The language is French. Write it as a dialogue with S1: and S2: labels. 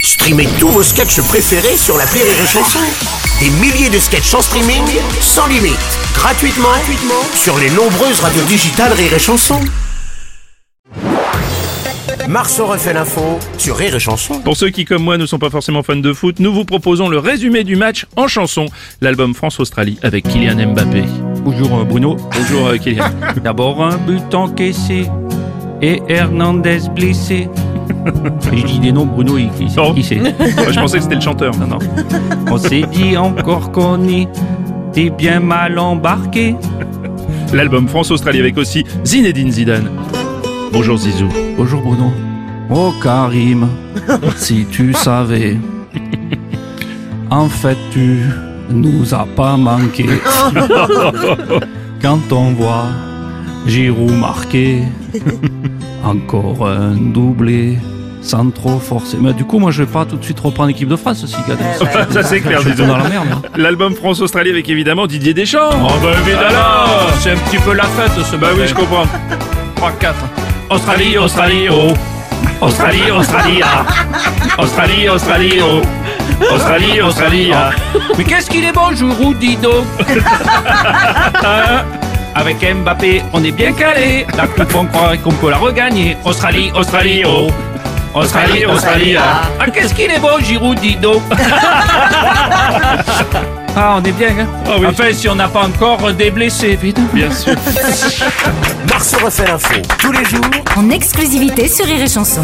S1: Streamez tous vos sketchs préférés sur la Rire et Chanson. Des milliers de sketchs en streaming, sans limite, gratuitement, gratuitement sur les nombreuses radios digitales Rire et Chanson. Marceau refait l'info sur Rire et Chanson.
S2: Pour ceux qui, comme moi, ne sont pas forcément fans de foot, nous vous proposons le résumé du match en chanson, l'album France-Australie avec Kylian Mbappé. Bonjour euh, Bruno. Bonjour euh, Kylian.
S3: D'abord un but encaissé et Hernandez blessé. Je dis des noms, Bruno, il, il sait
S2: Oh.
S3: qui c'est.
S2: Moi, je pensais que c'était le chanteur. Non, non.
S3: On s'est dit encore qu'on était bien mal embarqué.
S2: L'album France-Australie avec aussi Zinedine Zidane. Bonjour Zizou.
S3: Bonjour Bruno. Oh Karim, si tu savais. En fait, tu nous as pas manqué. Quand on voit Giroud marquer, encore un doublé, sans trop forcer. Mais du coup, moi, je vais pas tout de suite reprendre l'équipe de France, si Gadel.
S2: Eh ben, Ça c'est clair,
S3: Je vais
S2: Zizou.
S3: dans la merde. hein.
S2: L'album France-Australie avec évidemment Didier Deschamps. Oh bah vite alors
S3: C'est un petit peu la fête ce
S2: Bah oui, je comprends.
S3: 3-4.
S2: Australie, Australie, oh Australie, Australie, ah Australie, Australie, oh Australie, Australie, ah
S3: Mais qu'est-ce qu'il est bon, Giroud, dis donc Euh, Avec Mbappé, on est bien calé. La coupe, on croit qu'on peut la regagner. Australie, Australie, oh Australie, Australie, ah Ah, qu'est-ce qu'il est bon, Giroud, dis donc Ah, on est bien, hein
S2: Ah oui.
S3: Enfin, si on n'a pas encore des blessés, évidemment.
S2: Bien sûr.
S1: Marceau refait l'info tous les jours
S4: en exclusivité sur Rire et Chanson.